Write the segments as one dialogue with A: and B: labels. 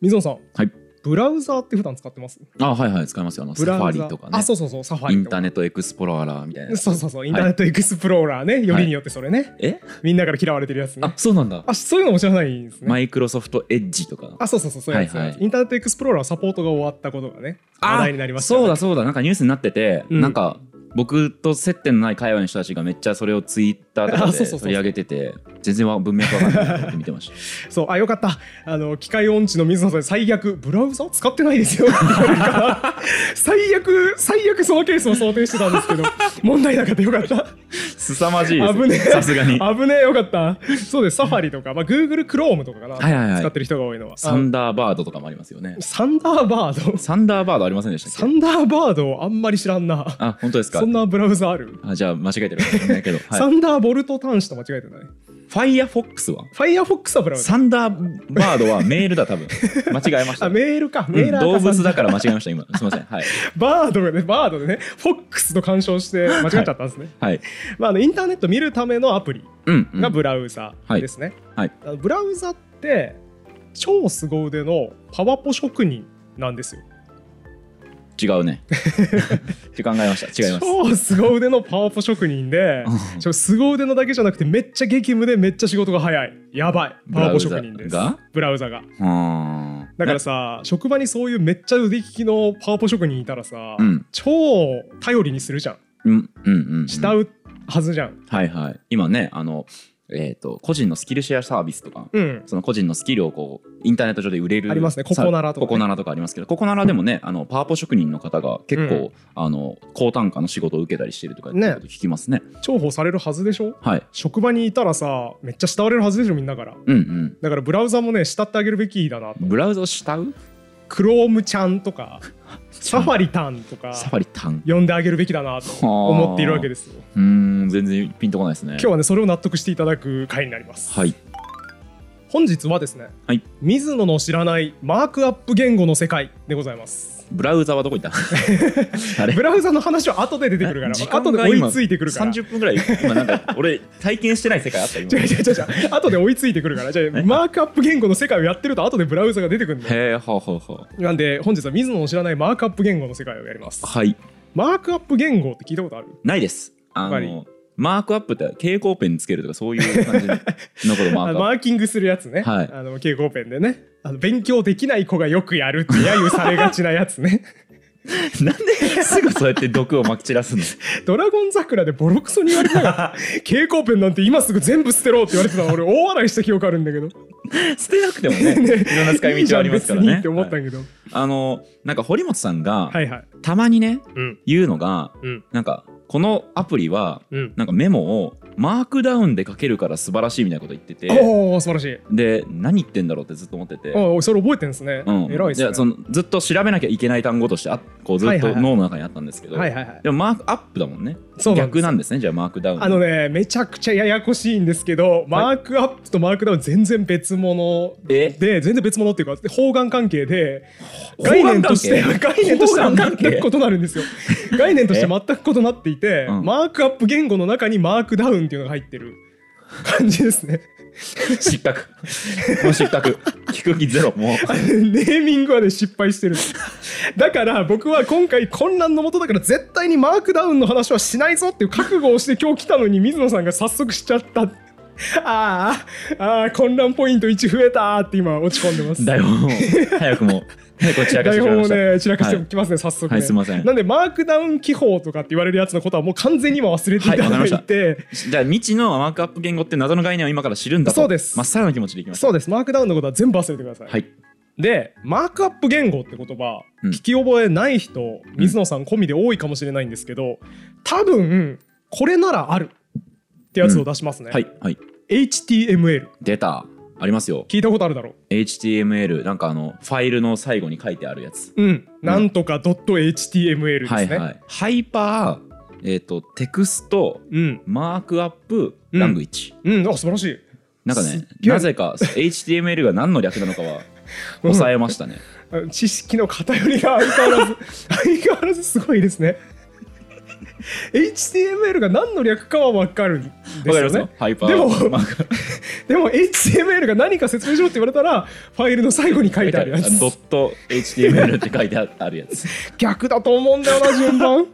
A: 水野さん、
B: はい
A: ブラウザーって普段使ってます
B: あはいはい使いますよあの
A: ブ
B: サフ
A: ラウザ
B: ァ
A: ー
B: リとか
A: あ
B: ね
A: そうそうそうサファ
B: イ
A: リ
B: ンター
A: ネ
B: ネットエクスプローラーみたいな
A: そうそうそうインターネットエクスプローラーね、よりによってそれね
B: え
A: みんなから嫌われてるやつね
B: あそうなんだ
A: あそういうのも知らないんですね、
B: マイクロソフトエッジとか
A: あそうそうそうそういうやつ、
B: はいはい
A: インターネットエクスプローラーサポートが終わったことがね
B: あ
A: 話題になりました
B: そう
A: よね
B: だそうだなんかニュースになってて、
A: うん
B: なんか僕と接点のない界隈の人たちがめっちゃそれをツイッターとか
A: あそう
B: で
A: そうそうそう
B: 取り上げてて全然わ文脈わかんないと思って見てまし た
A: そうあよかったあの機械音痴の水野さん最悪ブラウザー使ってないですよって言われるから 最悪最悪そのケースを想定してたんですけ ど問題なかったよかった
B: 凄まじいです
A: 危ねえ
B: さすがに
A: 危ねえよかったそうですサファリとか、まあ、Google Chrome とかかな、
B: はいはいはい
A: 使ってる人が多いのは
B: サンダーバードとかもありますよね
A: あサンダーバード
B: サンダーバードありませんでしたっ
A: サ
B: け
A: ンダーバードあんまり知らんな
B: あ本当ですか
A: そんなブラウザある、
B: あじゃあ間違えてるかもしれないけど、
A: サ
B: はい、
A: ンダーボルト端子と間違えてない
B: ファイアフォックスは
A: Firefox はブラウザ
B: サンダーバードはメールだ 多分間違えました
A: あメールか
B: うん
A: メール
B: 動物だから間違えました今すいません はい、
A: バードがねバードでねフォックスと干渉して間違っちゃったんですね、
B: はい、
A: まああのインターネット見るためのアプリ
B: うん、うん
A: がブラウザですね、
B: はい
A: あのブラウザって超凄腕のパワポ職人なんですよ
B: 違 うね時間がありました違います
A: 超凄腕のパワポ職人で
B: うん
A: ちょ凄腕のだけじゃなくてめっちゃ激務でめっちゃ仕事が早いやばいパワポ職人です
B: ブラウザが
A: ブラウザが
B: うーん
A: だからさ職場にそういうめっちゃ腕利きのパワポ職人いたらさ、
B: うん
A: 超頼りにするじゃん
B: うんうんうんうん
A: 慕うはずじゃん
B: はいはい今ねあのえっ、と個人のスキルシェアサービスとか
A: うん
B: その個人のスキルをこうインターネット上で売れる
A: ありますねココナラとかね
B: ココナラとかありますけどココナラでもねあのパワポ職人の方が結構、
A: うん
B: あの高単価の仕事を受けたりしてるとかってこと聞きますね
A: 重宝されるはずでしょ
B: はい
A: 職場にいたらさめっちゃ慕われるはずでしょみんなから
B: うんうん
A: だからブラウザもね慕ってあげるべきだな
B: ブラウザを慕う
A: クロームちゃんと かサファリタンとか
B: サファリタン
A: 呼んであげるべきだなと思っているわけですよ
B: うーん全然ピンとこないですね
A: 今日はねそれを納得していただく回になります、
B: はい
A: 本日はですね、
B: はい
A: 水野の知らないマークアップ言語の世界でございます
B: ブラウザはどこ行った あれ
A: ブラウザの話は後で出てくるから
B: 時間が
A: 後で追いついてくるから
B: 今30分ぐらい今なんか俺体験してない世界あった今
A: 違う違う違う違う後で追いついてくるからじゃあマークアップ言語の世界をやってると後でブラウザが出てくるんで
B: へえほうほうほう
A: なんで本日は水野の知らないマークアップ言語の世界をやります
B: はい
A: マークアップ言語って聞いたことある
B: ないですあ
A: やっぱり
B: のマークアップって蛍光ペンつけるとかそういう感じのことマ
A: あの
B: ークアッ
A: マーキングするやつね、
B: はい
A: あの蛍光ペンでねあの勉強できない子がよくやるって揶揄されがちなやつね
B: プなんですぐそうやって毒をまき散らすの
A: ドラゴン桜でボロクソに言われてな かった蛍光ペンなんて今すぐ全部捨てろって言われてたの俺大笑いした記憶あるんだけど
B: 捨てなくてもねいろんな使い道はありますから
A: いいじゃん別に
B: ね
A: って思ったん
B: はい
A: やけど、は
B: あのなんか堀本さんが、
A: い、はいはい
B: たまにね
A: うん
B: 言うのが
A: うん
B: なんかこのアプリは
A: うん
B: なんかメモをマークダウンで書けるから素晴らしいみたいなこと言ってて
A: おお素晴らしい
B: で何言ってんだろうってずっと思ってて、
A: おおそれ覚えてんですね、
B: うん、
A: 偉いです
B: や
A: ね
B: そのずっと調べなきゃいけない単語としてあこうずっ
A: はいはい
B: と
A: はい
B: 脳の中にあったんですけど、
A: はいはいはい
B: でもマークアップだもんね
A: そうなんです
B: 逆なんですねじゃあマークダウン
A: あのねめちゃくちゃややこしいんですけど、マークアップとマークダウン全然別物
B: え
A: で全然別物っていうか方眼関係で
B: 方
A: 概
B: 眼関係
A: 念として概念としては
B: 方眼関係
A: 全く異なるん ですよ概念として全く異なっていて、
B: うん
A: マークアップ言語の中にマークダウンっていうのが入ってる感じですね
B: 失格もう失格聞く気ゼロもう
A: あのネーミングはね失敗して るだから僕は今回混乱のもとだから絶対にマークダウンの話はしないぞっていう覚悟をして今日来たのに水野さんが早速しちゃった あーあー混乱ポイント1増えたーって今落ち込んでます
B: 台本を早くも早く散
A: 台
B: らかしてくれ
A: 本
B: ま
A: を
B: した、
A: ね散らかしてきますね、早速ね、
B: はいすいません
A: なんでマークダウン記法とかって言われるやつのことはもう完全に今忘れていた
B: はいわかり
A: だ
B: ました
A: いて、
B: じゃあ未知のマークアップ言語って謎の概念を今から知るんだと
A: そうです
B: 真っさらな気持ちでいきましょ
A: そうですマークダウンのことは全部忘れてください、
B: うはい
A: でマークアップ言語って言葉、
B: うん
A: 聞き覚えない人水野さん込みで多いかもしれないんですけど多分これならあるってやつを出しますね、
B: はいはい
A: HTML
B: 出たありますよ
A: 聞いたことあるだろ
B: HTML なんかあのファイルの最後に書いてあるやつ
A: う、うん、なんとか .html ですね、
B: はいはいハイパーえっ、とテクスト
A: うん
B: マークアップラングイッチ、
A: うんあ素晴らしい
B: なんか
A: すっ
B: ね
A: げえ
B: なぜか HTML が何の略なの かは抑えましたね、
A: あ知識の偏りが相変わら ず相変わらずすごいですね HTML が何の略かは分かるんです
B: わかり
A: よ
B: ます
A: ね
B: よハイパー
A: でも
B: マーク
A: でも HTML が何か説明しろって言われたらファイルの最後に書いてあるやつ
B: ドット HTML って書いてあるや つ。
A: 逆だと思うんだよな順番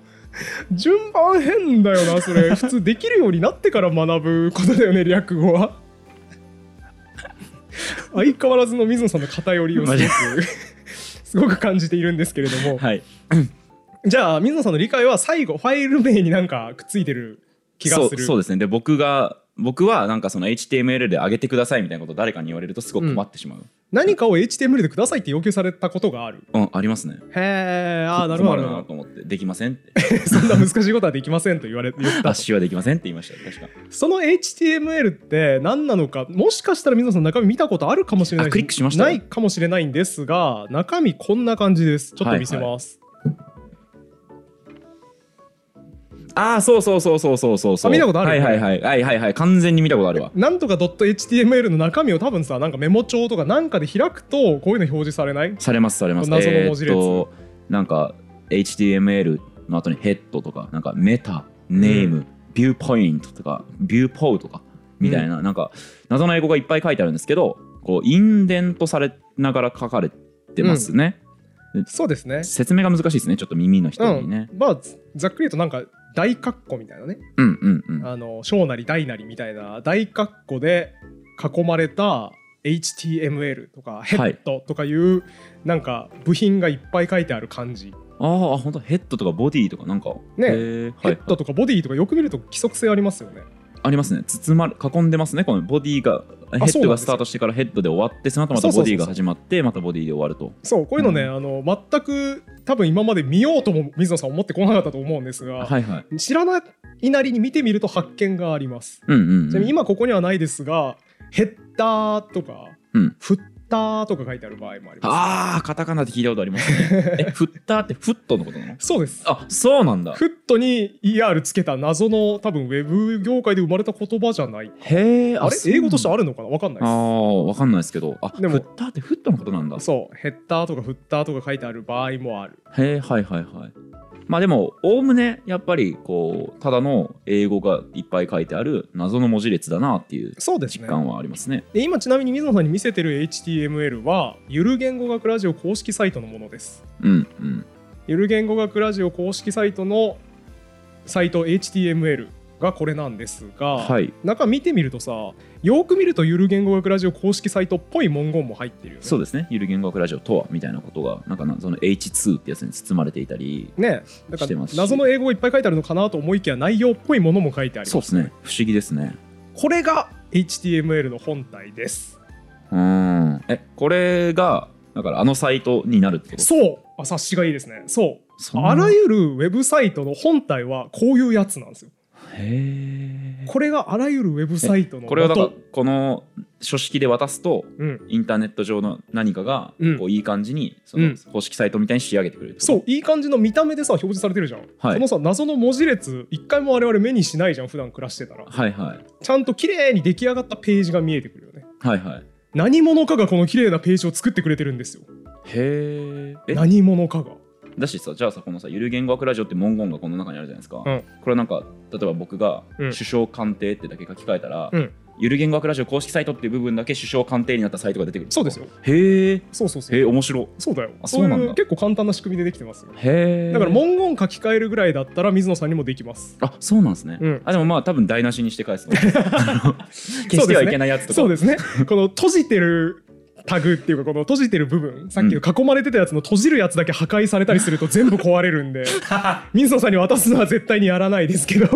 A: 順番変だよなそれ普通できるようになってから学ぶことだよね略語は相変わらずの水野さんの偏りをすごく すごく感じているんですけれども、
B: はい。
A: じゃあ水野さんの理解は最後ファイル名になんかくっついてる気がす
B: そう
A: る
B: そうですね。で僕が僕はなんかその HTML で上げてくださいみたいなことを誰かに言われるとすごく困ってしまう。
A: 何かを HTML でくださいって要求されたことがある
B: うん、ありますね。
A: へえああなるほ
B: 困
A: ど
B: る
A: な
B: なと思ってできません って。
A: そんな難しいことはできませんと言われ言った
B: ダッシュはできませんって言いました確か。
A: その HTML って何なのかもしかしたら水野さん中身見たことあるかもしれない
B: あクリックしました
A: ないかもしれないんですが中身こんな感じですちょっと見せます、
B: ああそうそうそうそうそうそうそう。
A: あ見たことある
B: はいはいはいはいはいはい完全に見たことあるわ。
A: なんとか .html の中身を多分さなんかメモ帳とかなんかで開くとこういうの表示されない
B: されますされます。
A: 謎の文字列
B: えーっとなんか HTML の後にヘッドとかなんかメタネーム、ビューポイントとかビューポウとかみたいな、なんか謎の英語がいっぱい書いてあるんですけどこうインデントされながら書かれてますね、
A: そうですね
B: 説明が難しいですねちょっと耳の人にね、
A: まあざざっくり言うとなんか大括弧みたいなね、
B: うん、うんうん
A: あの小なり大なりみたいな大括弧で囲まれた HTML とかヘッドとかいう、なんか部品がいっぱい書いてある感じ
B: ああ本当ヘッドとかボディとかなんか
A: ね
B: へー
A: ヘ
B: はい
A: ッドとかボディとかよく見ると規則性ありますよね。
B: ありますね包まる囲んでますねこのボディが
A: そうなん
B: ヘッド
A: で
B: が
A: すよ
B: スタートしてからヘッドで終わってその後ま
A: そ
B: た
A: うそうそうそう
B: ボディが始まってまたボディで終わると
A: そうこういうのね、
B: う
A: あの全く多分今まで見ようとも水野さん思ってこなかったと思うんですが、
B: はいはい
A: 知らないなりに見てみると発見があります。
B: うんうんうん
A: ちなみに今ここにはないですがヘッダーとか、
B: うん
A: フッターとか書いてある場合もありま
B: ああ、カタカナって聞いたことありま すね。え、フッターってフットのことなの
A: す。そうです。
B: あそうなんだ。
A: フットに ER つけた謎の多分ウェブ業界で生まれた言葉じゃない。
B: へえ、
A: あれ英語として
B: あ
A: あるのかなわかんない
B: あ
A: です。
B: ー、わかんないですけど。あ
A: でも
B: フッターってフットのことなんだ。
A: そうヘッダーとかフッターとか書いてある場合もある。
B: へえ、はいはいはい。まあでも、おおむね、やっぱり、こう、ただの英語がいっぱい書いてある謎の文字列だなっていう
A: そうです
B: 実
A: ね。
B: 感はありますね。
A: で今ちなみに水野さんに見せてる HTML はゆる言語学ラジオ公式サイトのものです
B: うんうん。
A: ゆる言語学ラジオ公式サイトのサイト HTML がこれなんですが、
B: はい。
A: 中見てみるとさよく見るとゆる言語学ラジオ公式サイトっぽい文言も入ってるよね
B: そうですね。ゆる言語学ラジオとはみたいなことが、なんかな、その H2 ってやつに包まれていたり、
A: ねだか
B: して
A: ら
B: ますし
A: 謎の英語がいっぱい書いてあるのかなと思いきや内容っぽいものも書いてあり
B: そう
A: ま
B: ですね。不思議ですね。
A: これが HTML の本体です
B: うん。え、これが、だからあのサイトになるってこと
A: そうあ察しがいいですねそう
B: そんな
A: あらゆるウェブサイトの本体はこういうやつなんですよ
B: へえ
A: これがあらゆるウェブサイトの元
B: これをだからこの書式で渡すと
A: うん、
B: インターネット上の何かが
A: うん
B: こういい感じにそ
A: うん
B: の公式サイトみたいに仕上げてくれるってこと
A: そういい感じの見た目でさ表示されてるじゃん、
B: はい
A: そのさ謎の文字列一回も我々目にしないじゃん普段暮らしてたら
B: はいはい
A: ちゃんと綺麗に出来上がったページが見えてくるよね
B: はいはい
A: 何者かがこの綺麗なページを作ってくれてるんですよ
B: へえ
A: 何者かが
B: だしさじゃあさこのさゆる言語学ラジオって文言がこの中にあるじゃないですか、
A: うん
B: これなんか例えば僕が
A: うん
B: 首相官邸ってだけ書き換えたら、
A: うん
B: ゆる言語学ラジオ公式サイトっていう部分だけ首相官邸になったサイトが出てくる
A: そうですよ
B: へえ
A: そうそうそう
B: へえ面白
A: そうだよ
B: あ
A: そう
B: そう
A: い
B: なん
A: う
B: だ
A: 結構簡単な仕組みでできてますよ
B: へえ
A: だから文言書き換えるぐらいだったら水野さんにもできます
B: あそうなんですね、
A: うん
B: あでもまあ多分台無しにして 返 すと思うあの消してはいけないやつとか
A: そうです ね。この閉じてるタグっていうかこの閉じてる部分さっきの囲まれてたやつの閉じるやつだけ破壊されたりすると全部壊れる んで水野さんに渡すのは絶対にやらないですけど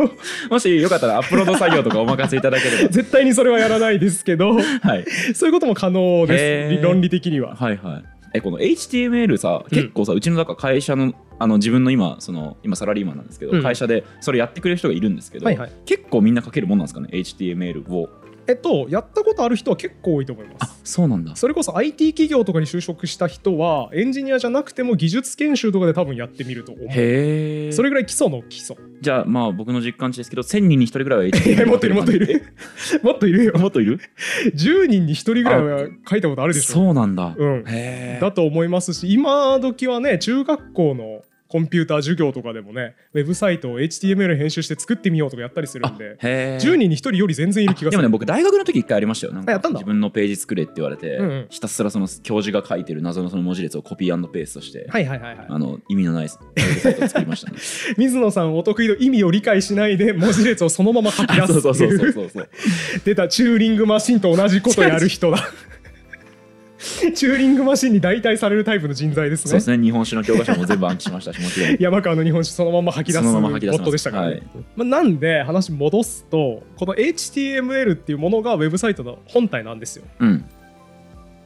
B: もしよかったらアップロード作業とかお任せいただければ
A: 絶対にそれはやらないですけ ど
B: はい
A: そういうことも可能
B: へ
A: で
B: ー
A: す論理的には。
B: はいはいえこの HTML さ結構さ、うちのだから会社のあの自分の今その今サラリーマンなんですけど、
A: うん
B: 会社でそれやってくれる人がいるんですけど、
A: はいはい
B: 結構みんな書けるもんなんですかね HTML を
A: えっとやったことある人は結構多いと思いま
B: あ
A: す。
B: そうなんだ
A: それこそ IT 企業とかに就職した人はエンジニアじゃなくても技術研修とかで多分やってみると思う。
B: へえ
A: それぐらい基礎の基礎。
B: じゃあまあ僕の実感値ですけど1000人に1人ぐらいは HTML
A: もっと いるもっといる。 もっといるよ
B: え。 もっといる
A: 10人に1人ぐらいは書いたことあるでしょ
B: そうなんだ、
A: うん
B: へえ
A: だと思いますし今時はね中学校のコンピューター授業とかでもねウェブサイトを HTML 編集して作ってみようとかやったりするんで
B: へえ
A: 10人に1人より全然いる気が
B: ですも
A: る
B: ね僕大学の時一回ありましたよなんか
A: あやったんだ
B: 自分のページ作れって言われて、
A: うんうん
B: ひたすらその教授が書いてる謎のその文字列をコピーペーストして、
A: はいはいはいはい
B: あの意味のないウェブサイトを作り ましたね
A: 水野さんお得意の意味を理解しないで文字列をそのまま書き出
B: あ
A: す
B: そうそう
A: って
B: そうそ
A: いうう
B: そうそう
A: 出たチューリングマシンと同じことやる 人だ チューリングマシンに代替されるタイプの人材です
B: そうで
A: ね
B: すね日本史の教科書も全部暗記しましたしもちろ ん
A: 山川の日本史そのまま吐き出すボ
B: そのまま吐き出せ
A: ッ
B: ます
A: トでしたから、ね
B: はい
A: まあ、なんで話戻すとこの HTML っていうものがウェブサイトの本体なんですよ
B: うん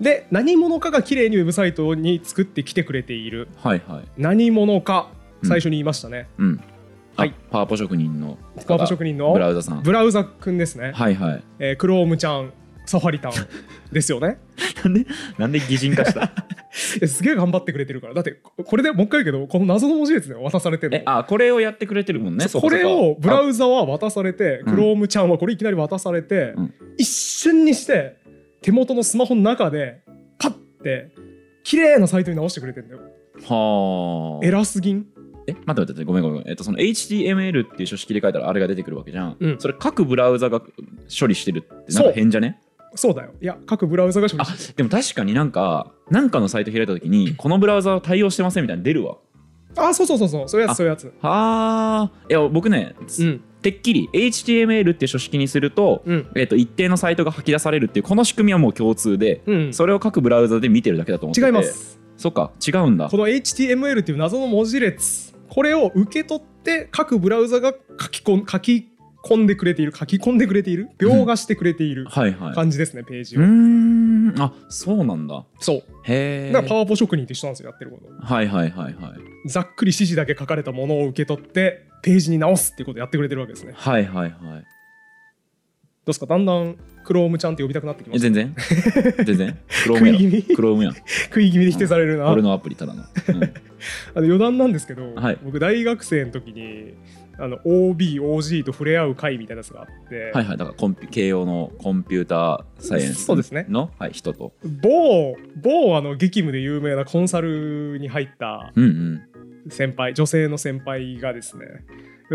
A: で何者かが綺麗にウェブサイトに作ってきてくれている
B: はいはい
A: 何者か
B: うん
A: 最初に言いましたね、
B: うんあ
A: はい
B: パワポ職人の
A: パワポ職人の
B: ブラウザさん
A: ブラウザくんですね、
B: はいはい
A: えークロームちゃんサファリタンですよね
B: なんでなんで擬人化した
A: えすげえ頑張ってくれてるからだってここれでもう一回言うけどこの謎の文字列で渡されてる
B: え
A: の
B: あこれをやってくれてるもんね
A: そうこれをブラウザは渡されて
B: うん
A: クロームちゃんはこれいきなり渡されて、
B: うん
A: 一瞬にして手元のスマホの中でパッて綺麗なサイトに直してくれてるんだよ
B: ザはあ
A: 偉すぎん
B: え待って待ってごめんごめんごめん、えっと、その HTML っていう書式で書いたらあれが出てくるわけじゃん、
A: うん
B: それ各ブラウザが処理してるってな
A: そ
B: ん
A: う
B: か変じゃね
A: そうだよいや各ブラウザが処理
B: あ
A: して
B: でも確かになんかなんかのサイト開いた 時にこのブラウザは対応してませんみたいなの出るわ
A: あそうそうそうそうそういうや
B: あ
A: つそういうやつ
B: はあいや僕ね、
A: うん
B: てっきり HTML っていう書式にすると,、
A: うん
B: えっと一定のサイトが吐き出されるっていうこの仕組みはもう共通で、
A: うん
B: それを各ブラウザで見てるだけだと思ってて
A: 違います
B: そっか違うんだ
A: この HTML っていう謎の文字列これを受け取って各ブラウザが書き込ん書き込んでくれている書き込んでくれている描画してくれている
B: はいはい
A: 感じですねページ
B: う
A: を、
B: ーんあそうなんだ
A: そう
B: へえ
A: だからパワポ職人と一緒なんですよやってること
B: はいはいはいはい
A: ざっくり指示だけ書かれたものを受け取ってページに直すっていうことをやってくれてるわけですねど
B: はいはいはいう
A: ですかだんだんクロームちゃんって呼びたくなってきま
B: え
A: した
B: 全然全然クロー
A: 食い
B: ムや
A: 気味
B: クロームや
A: 食い気味で否定されるな、
B: 俺のアプリただの、うん
A: あの余談なんですけど、
B: はい
A: 僕大学生の時にあの OBOG と触れ合う会みたいなやつがあって、
B: はいはいだからコンピ慶応のコンピューターサイエンス
A: そうですね
B: の、はい、人と
A: 某某あの激務で有名なコンサルに入った
B: うんうん
A: 先輩女性の先輩がですね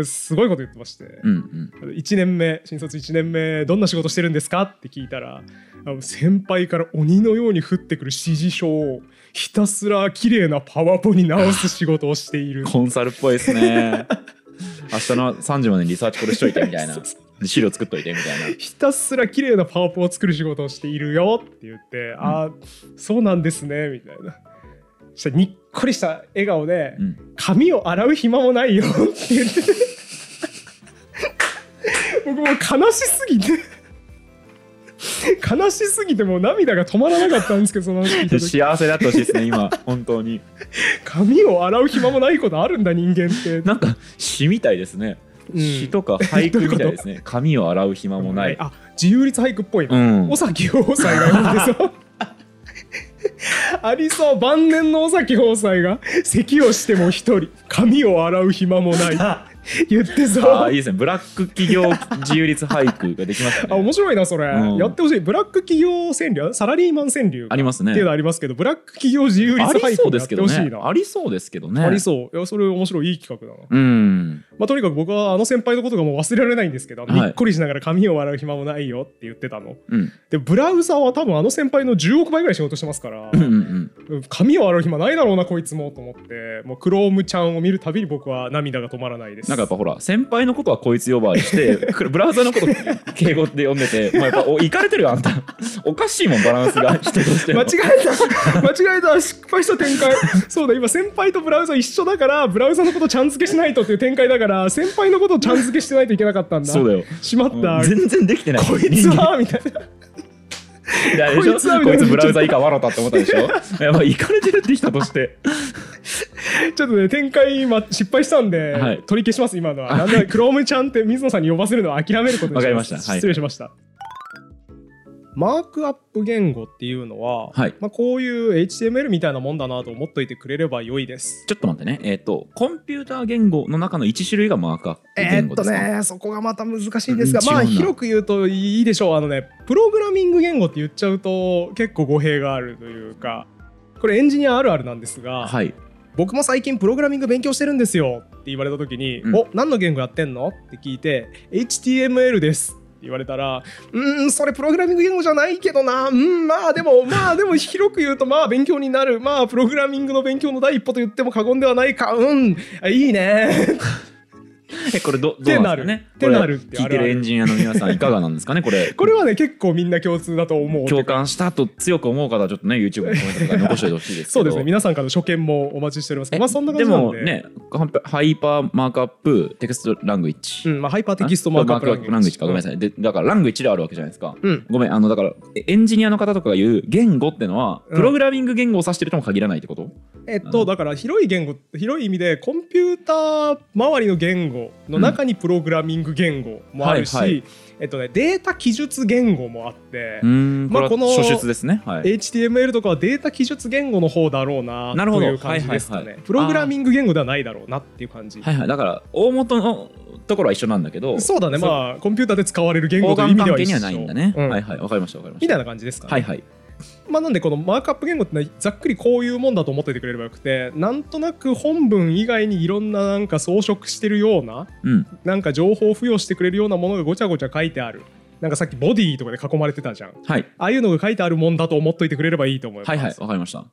A: すごいこと言ってまして、
B: うんうん
A: 1年目新卒1年目どんな仕事してるんですかって聞いたらあの先輩から鬼のように降ってくる指示書をひたすら綺麗なパワポに直す仕事をしている
B: コンサルっぽいですね明日の3時までにリサーチこれしといてみたいな
A: そうそう
B: 資料作っといてみたい
A: ひたすら綺麗なパワポを作る仕事をしているよって言って、ああそうなんですねみたいなそしたらにっこりした笑顔で、
B: な、うん、
A: 髪を洗う暇もないよ って言ってて僕もう悲しすぎて悲しすぎてもう涙が止まらなかったんですけどその話聞いた時
B: 幸せだったほしいですね今本当に
A: 髪を洗う暇もないことあるんだ人間って
B: なんか詩みたいですね、
A: うん
B: 詩とか俳句みたいで すね髪を洗う暇もない
A: あ自由律俳句っぽいな、
B: うん
A: 尾崎放斎が読ん でそうありそう晩年の尾崎放斎が咳をしても一人髪を洗う暇もない言ってそう
B: ああいいですねブラック企業自由率俳句ができました
A: あ
B: ね
A: 面白いなそれ、
B: うん
A: やってほしいブラック企業川柳サラリーマン川柳
B: あります
A: っていう
B: ね
A: のありますけどブラック企業自由率
B: あり
A: 俳
B: そ
A: 句も
B: うで
A: や
B: す
A: っ
B: け
A: て
B: ど
A: ほしいな、
B: ねありそうですけどね
A: ありそういやそれ面白いいい企画だな、
B: うん
A: まあ、とにかく僕はあの先輩のことがもう忘れられないんですけど、
B: はい
A: にっこりしながら髪を洗う暇もないよって言ってたの
B: うん
A: でブラウザーは多分あの先輩の10億倍ぐらい仕事してますから
B: うんうん
A: 髪を洗う暇ないだろうなこいつもと思ってもうクロームちゃんを見るたびに僕は涙が止まらないです
B: なんかやっぱほら先輩のことはこいつ呼ばわ りしてくるブラウザのこと敬語で呼んでてまあやっぱおいかれてるよあんた おかしいもんバランスが人とし て
A: 間
B: の
A: 違えた 間違えた失敗した展開そうだ今先輩とブラウザ一緒だからブラウザのことちゃん付けしないとっていう展開だから先輩のことをちゃん付けしてないといけなかったんだ
B: そうだよ
A: しまった、
B: うん全然できてない
A: こいつはみたいなこ
B: 人間でしょ
A: いつはみたい
B: こい
A: な
B: つブラウザ以下笑ったって思ったで しょやっぱいかれてるって人として
A: ちょっとね展開今失敗したんで、
B: はい
A: 取り消します今のはなんだクロームちゃんって水野さんに呼ばせるのは諦めることに
B: わか
A: し
B: り
A: ま
B: ますしたはい
A: 失礼しました、マークアップ言語っていうのは、
B: はい
A: まあ、こういう HTML みたいなもんだなと思っといてくれれば良いです
B: ちょっと待ってねえっ、とコンピューター言語の中の一種類がマークアップ
A: え
B: 言
A: ーっ
B: 語
A: と
B: ですか、
A: ね、そこがまた難しいんですが、
B: うん
A: まあ
B: 違うんだ
A: 広く言うといいでしょう。あのね、プログラミング言語って言っちゃうと結構語弊があるというか、これエンジニアあるあるなんですが、
B: はい
A: 僕も最近プログラミング勉強してるんですよって言われた時に「
B: うん
A: お何の言語やってんの?」って聞いて「HTML です」って言われたら「うーんそれプログラミング言語じゃないけどなうんまあでもまあでも広く言うとまあ勉強になるまあプログラミングの勉強の第一歩と言っても過言ではないかうんあいいね」
B: えこれどどうなんですかね
A: ってなる
B: こ
A: ってなるってあ
B: れ聞いて
A: るあ
B: る
A: る
B: エンジニアの皆さんいかがなんですかねこれ
A: これはね結構みんな共通だと思う
B: 共感したと強く思う方はちょっとね YouTube のコメントとかに残しておいてほしいですけ ど
A: そうですね皆さんからの所見もお待ちしております
B: え
A: まあそんな感じなんで
B: もねハンパハイパーマークアップテクストラングイッチ、
A: うんまあ、ハイパーテキストマークアップ
B: マークラングイッチかごめんな
A: さ
B: さいでだからラングイッチであるわけじゃないですか
A: い、うん、
B: ごめんあのだからえエンジニアの方とかが言う言語ってのは
A: うん
B: プログラミング言語を指してるとも限らないってこと、
A: えっ
B: あ
A: と
B: の
A: だから広い言語広い意味でコンピューター周りの言語の中にプログラミング言語もあるし、
B: はいはい
A: えっとね、データ記述言語もあって
B: う、ーんこれは
A: まあこの
B: 初出ですね、はい、
A: HTML とかはデータ記述言語の方だろうな
B: なるほ
A: と
B: ど
A: いう感じですかね、
B: はいはいはい
A: プログラミング言語ではないだろうなっていう感じ、
B: はいはいだから大元のところは一緒なんだけど
A: そうだね
B: あ
A: まあコンピューターで使われる言語
B: 方
A: という意味
B: 眼
A: で
B: 関
A: は
B: 係
A: 一
B: に
A: 緒
B: はないんだね、
A: うん
B: はいはいわかりましたわかりまし
A: み
B: た
A: たいな感じですかね、
B: はいはい
A: まあなんでこのマークアップ言語ってのはざっくりこういうもんだと思っててくれればよくてなんとなく本文以外にいろんななんか装飾してるような
B: うん
A: なんか情報を付与してくれるようなものがごちゃごちゃ書いてあるなんかさっきボディとかで囲まれてたじゃんあ
B: はい
A: あいうのが書いてあるもんだと思っといてくれればいいと思います、
B: はいはいわかりました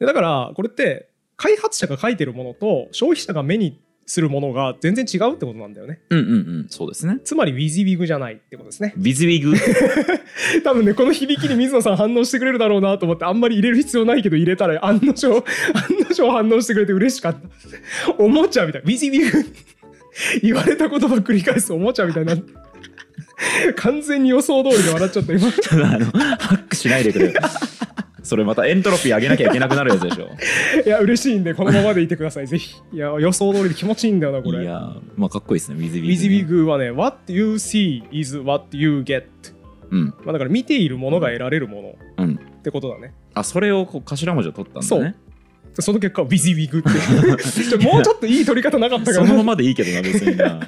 A: でだからこれって開発者が書いてるものと消費者が目にするものが全然違うってことなんだよね
B: うんうんうんそうですね
A: つまりウィズウィグじゃないってことですね
B: ウィズウィグ
A: 多分ねこの響きに水野さん反応してくれるだろうなと思ってあんまり入れる必要ないけど入れたら案の定案の定反応してくれて嬉しかった おもちゃみたいウィズウィグ言われた言葉繰り返すおもちゃみたいになって完全に予想通りで笑っちゃった今
B: た だあのハックしないでくれよ それまたエントロピー上げなきゃいけなくなるやつでしょ
A: いや嬉しいんでこのままでいてくださいぜひいや予想通りで気持ちいいんだよなこれ
B: いやーまあかっこいいですねウィズウィグ、
A: ウ
B: ね、
A: ィズウィグはね What you see is what you get
B: うん
A: まあだから見ているものが得られるもの、
B: うん
A: ってことだね
B: あそれをこう頭文字を取ったんだね
A: その結果、ウィズウィグって。 ちょもうちょっといい取り方なかったか
B: そ
A: ら、
B: のま
A: ウ
B: までいいけどな別にな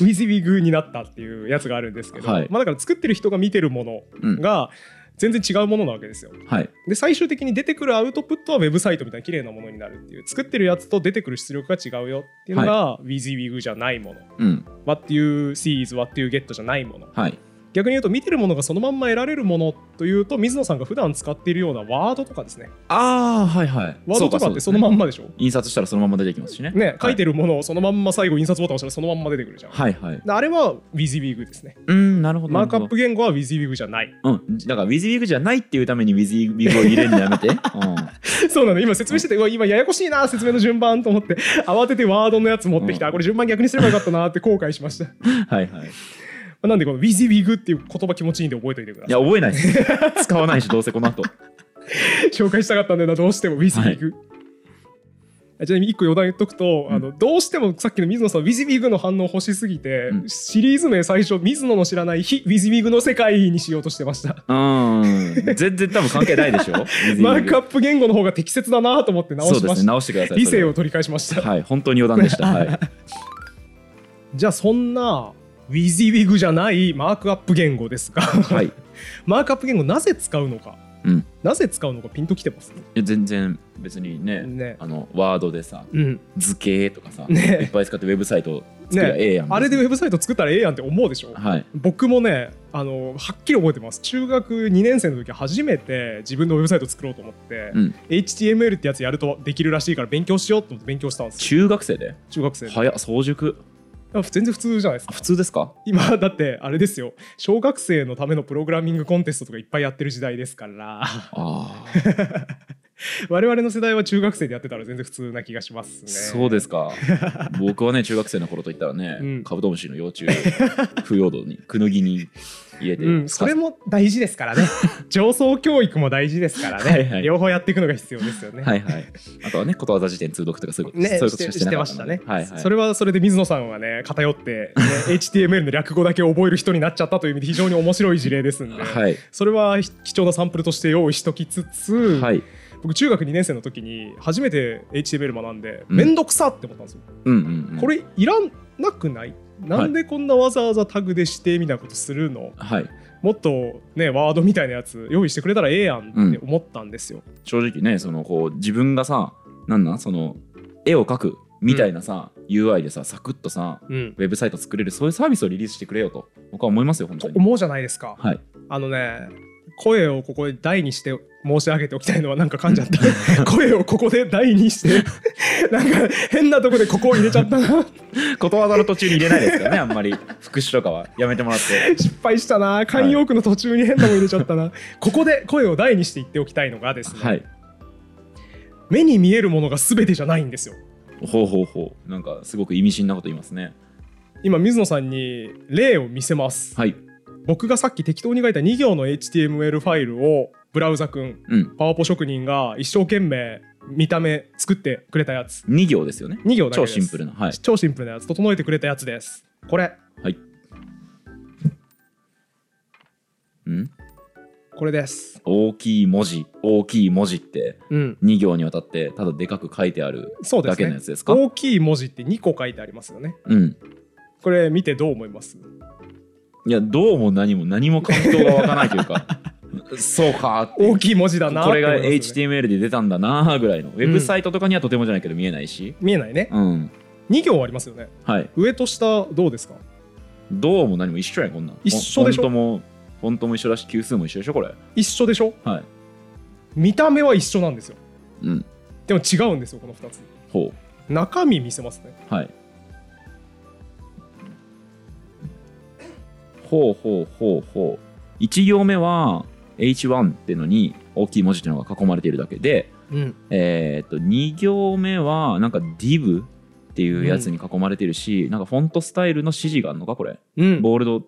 A: ィズウィグになったっていうやつがあるんですけど、
B: はい
A: まあだから作ってる人が見てるも
B: う
A: の
B: ん
A: が全然違うものなわけですよ。
B: はい
A: で、最終的に出てくるアウトプットはウェブサイトみたいな綺麗なものになるっていう、作ってるやつと出てくる出力が違うよっていうのが、ウィズウィグじゃないもの。
B: うん
A: What you see is what you get じゃないもの。
B: はい
A: 逆に言うと、見てるものがそのまんま得られるものというと、水野さんが普段使っているようなワードとかですね。
B: ああはいはい
A: ワードとかってそのま
B: ま
A: んまでしょ
B: 印刷したらそのまま出てきますしね
A: ね、書いて
B: る
A: るものをそのまんま最後印刷ボタン押したらそのまんま出てくるじゃん。
B: はいはい、
A: であれは WYSIWYG ですね。
B: うんなるほど
A: マークアッ
B: なる
A: プ言語は WYSIWYG じゃない。
B: ほどうんだからウィズウィグじゃないっていうためにウィズウィグを入れるのや めて、うん、
A: そうなの、今説明してて、うわ、今ややこしいな、説明の順番と思って、慌ててワードのやつ持ってきた、
B: う
A: あこれ順番逆にすればよかったなって後悔しました。ま
B: はいはい
A: あなんでこの WYSIWYG っていう言葉気持ちいいんで覚えておいてくだ
B: い
A: さ
B: や覚えないです使わないしどうせこ の後
A: い。紹介したかったんだよな、どうしても WYSIWYG。あちなみに1個余談言っとくと、
B: うん
A: あのどうしてもさっきの水野さん、ウィズウィグの反応欲しすぎて、
B: うん
A: シリーズ名最初、水野の知らない非ウィズウィグの世界にしようとしてました。
B: うん全然多分関係ないでしょ
A: マークアッ
B: ッ
A: プ言語の方が適切だなと思って直
B: そう
A: し
B: で
A: ますし
B: ね
A: た。
B: 直してください
A: 理
B: それ
A: 性
B: は
A: を取り返しました。
B: はい本当に余談 でしたはい
A: じゃあそんな WYSIWYG じゃないマークアップ言語ですが、
B: はい
A: マークアップ言語なぜ使うのか、
B: うん
A: なぜ使うのかピンときてます
B: いや全然別にね
A: ね。
B: あのワードでさ
A: うん、
B: 図形とかさ、
A: ね
B: いっぱい使ってウェブサイト作り
A: ね
B: ゃええやん、
A: あれでウェブサイト作ったらええやんって思うでしょ、
B: はい
A: 僕もねあのはっきり覚えてます中学2年生の時初めて自分のウェブサイト作ろうと思って、
B: うん
A: HTML ってやつやるとできるらしいから勉強しようと思って勉強したんですよ
B: 中学生で
A: 中学生で
B: 早っ早熟
A: 全然普通じゃないです
B: あ
A: か
B: 普通ですか
A: 今だってあれですよ小学生のためのプログラミングコンテストとかいっぱいやってる時代ですから
B: ああ、
A: 我々の世代は中学生でやってたら全然普通な気がしますね
B: そうですか僕はね中学生の頃といったらね、
A: うん
B: カブトムシの幼虫 腐葉土にくぬぎに入れて、
A: うん、それも大事ですから ね上層教育も大事ですからね
B: はいはい
A: 両方やっていくのが必要ですよね、
B: はいはいあとはねことわざ辞典通読とかそういうこと、
A: ね
B: そういう
A: し
B: ことし
A: て
B: かして
A: し
B: な
A: て
B: か
A: ま
B: った
A: し
B: の
A: た
B: で
A: ね、
B: はいはい
A: それはそれで水野さんはね偏って、ね HTML の略語だけ覚える人になっちゃったという意味で非常に面白い事例ですんで、
B: はい
A: それは貴重なサンプルとして用意しときつつ、
B: はい
A: 僕中学2年生の時に初めて HTML 学んで
B: うん
A: めんどくさって思ったんですよ、
B: うんうん、うん、
A: これいらなくないなんでこんなわざわざタグで指定みたいなことするの
B: はい
A: もっとねワードみたいなやつ用意してくれたらええやんって思ったんですよ、
B: 正直ねそのこう自分がさなんなんその絵を描くみたいなさ、UI でさサクッとさ
A: うん
B: ウェブサイト作れるそういうサービスをリリースしてくれよと僕は思いますよ本
A: と
B: 当に
A: 思うじゃないですか
B: はい
A: あのね声をここで大にして申し上げておきたいのはなんか噛んじゃっ た声をここで大にして なんか変なとこでここを入れちゃった な
B: ことわざの途中に入れないですからねあんま り副詞とかはやめてもらって
A: 失敗したな慣用句の途中に変なもん入れちゃったな、ここで声を大にして言っておきたいのがですね、
B: はい
A: 目に見えるものが全てじゃないんですよ
B: ほうほうほうなんかすごく意味深なこと言いますね
A: 今水野さんに例を見せます、
B: はい
A: 僕がさっき適当に書いた2行の HTML ファイルをブラウザくん
B: うん
A: パワポ職人が一生懸命見た目作ってくれたやつ
B: 2行ですよね
A: 2行だけ
B: 超
A: です
B: シンプルなはい
A: 超シンプルなやつ整えてくれたやつですこれ
B: はいん
A: これです
B: 大きい文字大きい文字って
A: うん
B: 2行にわたってただでかく書いてある
A: そうで
B: だ
A: す
B: けのや
A: ね
B: つですか
A: 大きい文字って2個書いてありますよね
B: うん
A: これ見てどう思います
B: いやどうも何も何も感想がわかないという かそうかっていう
A: 大きい文字だなって
B: これが
A: 思いますよね
B: HTML で出たんだなぐらいのウェブサイトとかにはとてもじゃないけど見えないし
A: 見えないね
B: うん、
A: 2行ありますよね
B: はい
A: 上と下どうですか
B: どうも何も一緒やんこんなん
A: 一緒でしょ
B: フォントもフォントも一緒だし級数も一緒でしょこれ
A: 一緒でしょ
B: はい
A: 見た目は一緒なんですよ
B: うん
A: でも違うんですよこの2つ
B: ほ
A: 中身見せますね
B: うはいほうほうほうほう1行目は H1 ってのに大きい文字っていうのが囲まれているだけで
A: うん
B: えー、と2行目はなんか div っていうやつに囲まれてるし、なんかフォントスタイルの指示があるのかこれ
A: うん
B: ボールド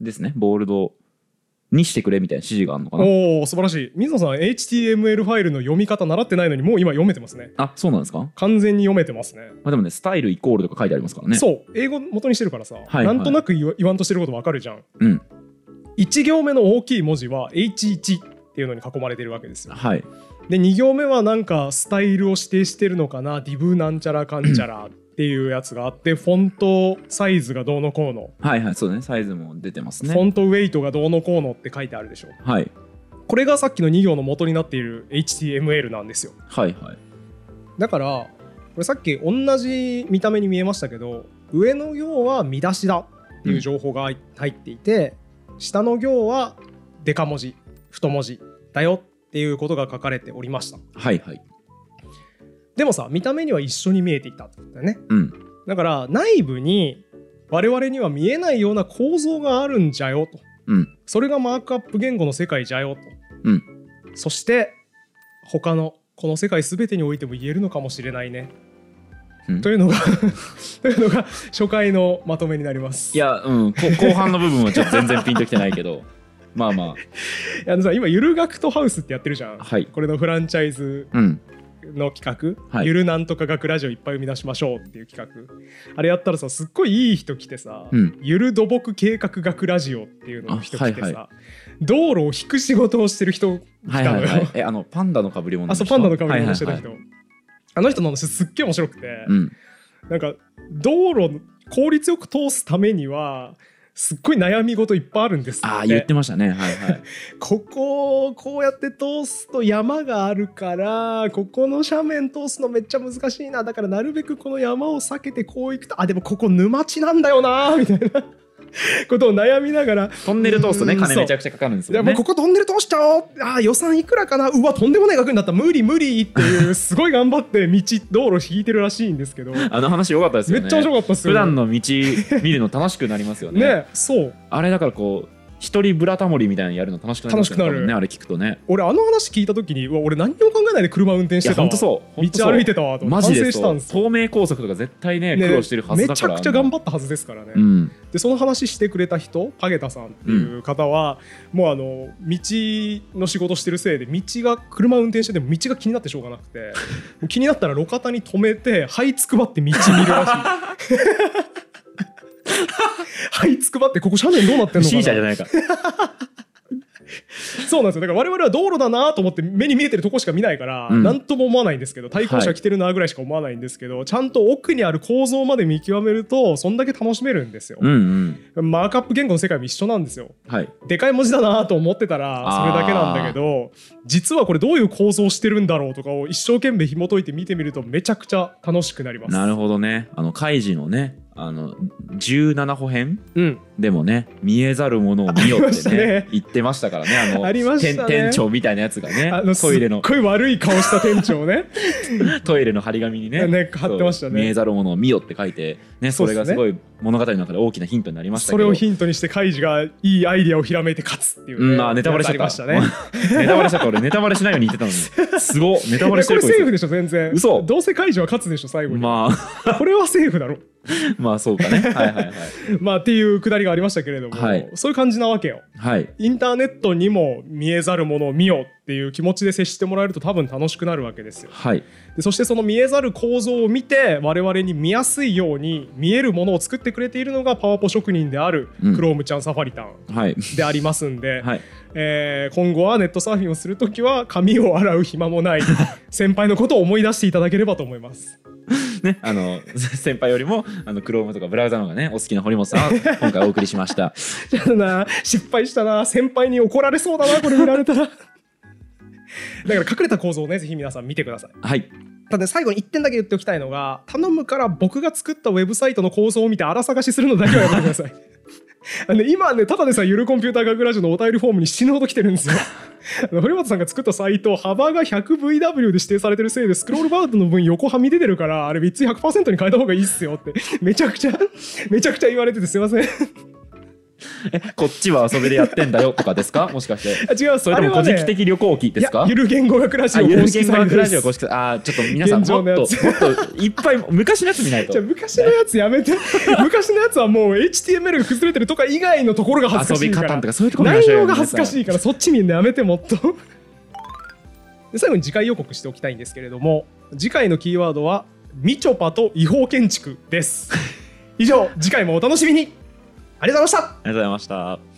B: ですねボールドにしてくれみたいな指示があるのかな
A: おお素晴らしい水野さん HTML ファイルの読み方習ってないのにもう今読めてますね
B: あそうなんですか、ま
A: 完全に読めてますね
B: あ、でもねスタイルイコールとか書いてありますからね
A: そう英語元にしてるからさ、
B: はい
A: なんとなく言わ言わんとしてることわかるじゃん
B: うん
A: 1行目の大きい文字は H1 っていうのに囲まれてるわけですよ
B: はい
A: で2行目はなんかスタイルを指定してるのかな div なんちゃらかんちゃらっていうやつがあってフォントサイズがどうのこうの、
B: はいはいそうだねサイズも出てます
A: フォ
B: ね
A: ントウェイトがどうのこうのって書いてあるでしょ
B: はい
A: これがさっきの2行の元になっている HTML なんですよ
B: はいはい
A: だからこれさっき同じ見た目に見えましたけど上の行は見出しだっていう情報が入入っていて、下の行はデカ文字太文字だよっていうことが書かれておりました
B: はいはい
A: でもさ見た目には一緒に見えていたってことだよね
B: うん
A: だから内部に我々には見えないような構造があるんじゃよと
B: うん
A: それがマークアップ言語の世界じゃよと、
B: うん
A: そして他のこの世界全てにおいても言えるのかもしれないね、
B: うん
A: というのが というのが初回のまとめになります
B: いやうんこ後半の部分はちょっと全然ピンときてないけどまあま
A: いやあのさ今ゆる学とハウスってやってるじゃん、
B: あはい
A: これのフランチャイズ
B: うん
A: の企画、
B: はい
A: ゆるなんとか学ラジオいっぱい生み出しましょうっていう企画あれやったらさすっごいいい人来てさ、
B: うん
A: ゆる土木計画学ラジオっていうのの人来てさ、
B: あはいは
A: 道路を引く仕事をしてる人来
B: はい
A: た
B: は
A: の
B: い
A: よ、
B: はいえあのパンダの被り物
A: あそうパンダの
B: 被
A: 顔にしてた人、
B: はいはいはい
A: あの人の話すっげえ面白くて、
B: うん
A: なんか道路効率よく通すためにはすっごい悩み事いっぱいあるんです
B: ああ言ってましたねはいはい
A: ここをこうやって通すと山があるからここの斜面通すのめっちゃ難しいなだからなるべくこの山を避けてこう行くとあでもここ沼地なんだよなみたいなことを悩みながら
B: トンネル通すとね、
A: うん
B: 金めちゃくちゃかかるんです
A: いや
B: よ
A: も
B: ね。
A: うここトンネル通しちゃおうあー予算いくらかなうわとんでもない額になった無理無理って いうすごい頑張って道道路引いてるらしいんですけど、
B: あの話良かったです
A: め
B: よね。
A: っちゃ面白かったっすよ
B: 普段の道見るの楽しくなり ますよね。
A: ねそう
B: あれだからこう、一人ブラタモリみたいなのやるの楽しくなりますよね。
A: 楽しくなる
B: 多分ね、あれ聞くとね。
A: 俺あの話聞いた時にうわ俺何にも考えないで車運転し
B: いや、
A: てた
B: ほ
A: わ
B: んとそう。ほんとそ
A: 道
B: う
A: 歩いてたわと
B: マ
A: 反
B: ジ
A: 省
B: で
A: した
B: そ
A: ん
B: う
A: ですよ
B: 東名高速とか絶対ね、苦労してるはず
A: め
B: だ
A: ち
B: か
A: ゃ
B: ら。
A: くちゃ頑張ったはずですからね、
B: うん。
A: でその話してくれた人パゲタさんっていう方は、もうあの道の仕事してるせいで道が車運転してても道が気になってしょうがなく て気になったら路肩に止めてはいつくばって道見るら しいはいつくばってここ斜面どうなってんの
B: 不
A: か
B: 審
A: な
B: 者じゃないか。
A: そうなんですよだから我々は道路だなと思って目に見えてるとこしか見ないから、
B: うん
A: なんとも思わないんですけど対向車来てるなぐらいしか思わないんですけど、ちゃんと奥にある構造まで見極めるとそんだけ楽しめるんですよ、
B: うんうん
A: マークアップ言語の世界も一緒なんですよ
B: はい
A: でかい文字だなと思ってたらそれだけなんだけど実はこれどういう構造してるんだろうとかを一生懸命紐解いて見てみるとめちゃくちゃ楽しくなります
B: なるほどねあのカイジのねあの17歩編
A: うん
B: でもね見えざるものを見よ
A: あり
B: っ
A: ましてた
B: ね
A: ね
B: 言ってましたからねあの
A: ありましたね
B: 店店長みたいなやつがね
A: あの
B: トイレの
A: すっごい悪い顔した店長ね
B: トイレの張り紙に ね
A: ね貼ってましたね
B: そう見えざるものを見よって書いて、ね、
A: そ
B: そ
A: で
B: うれ
A: すね
B: がすごい物語の中で大きなヒントになりましたけ
A: それ
B: ど
A: をヒントにしてカイジがいいアイディアをひらめいて勝つっていう、
B: うん、あネタバレしちゃ
A: や
B: っ
A: つあり
B: た。
A: ましたね
B: ネタバレしちゃった。俺、ネタバレしないように言ってたの に。すごっ。ネタバ
A: こ
B: レ
A: れ
B: し
A: こ
B: てる
A: れ
B: こ
A: セーフ
B: い
A: でしょ全然
B: 嘘
A: どうせカイジは勝つでしょ最
B: つ。
A: 後に、
B: まあ、
A: これはセーフだろ
B: まあ、そうかね。はいはいはい。
A: まあっていうくだりがありましたけれども、
B: はい
A: そういう感じなわけよ
B: はい。
A: インターネットにも見えざるものを見ようっていう気持ちで接してもらえると多分楽しくなるわけですよ
B: はい。
A: でそしてその見えざる構造を見て我々に見やすいように見えるものを作ってくれているのがパワポ職人である
B: うん
A: クロームちゃんサファリタン
B: はい。
A: でありますんで、
B: はい。
A: えー今後はネットサーフィンをするときは髪を洗う暇もない 先輩のことを思い出していただければと思います。
B: ね、あの、先輩よりも、あの、クロームとかブラウザの方がね、お好きな堀本さん、今回お送りしました。
A: やだな失敗したな先輩に怒られそうだなこれ見られたら。だ から隠れた構造をねぜひ皆さん見てください。
B: はい。
A: ただね最後に1点だけ言っておきたいのが頼むから僕が作ったウェブサイトの構造を見て荒探しするのだけはやめてください あのね今ねただでさえゆるコンピューター学ラジオのお便りフォームに死ぬほど来てるんですよあの堀本さんが作ったサイト幅が 100VW で指定されてるせいでスクロールバードの分横はみ出てるからあれ3つ100%に変えた方がいいっすよってめちゃくちゃ めちゃくちゃ言われててすいま せん
B: え、 こっちは遊びでやってんだよとかです かもしかして。
A: あ違う
B: それとも個
A: あはね
B: 人的旅行記です
A: い
B: か
A: やゆる言語学ラジ
B: あ
A: オ
B: ゆる
A: 公式
B: 言
A: サイ
B: 語
A: ト
B: ラ
A: で
B: ジオ
A: す
B: 公式さんあーちょっと皆さん
A: 現
B: も
A: 状
B: っ
A: の
B: とも
A: や
B: っ
A: つ
B: といっぱい昔のやつ見ない と
A: じゃあ昔のやつやめて昔のやつはもう HTML が崩れてるとか以外のところが恥ずかしいか
B: 遊び
A: ら
B: 方とかそういうところ見ま
A: 内
B: しょうよ
A: 容が恥ずかしいからそっち見んのやめてもっとで最後に次回予告しておきたいんですけれども次回のキーワードは「みちょぱと違法建築」です以上次回もお楽しみにありがとうございました
B: ありがとうございました。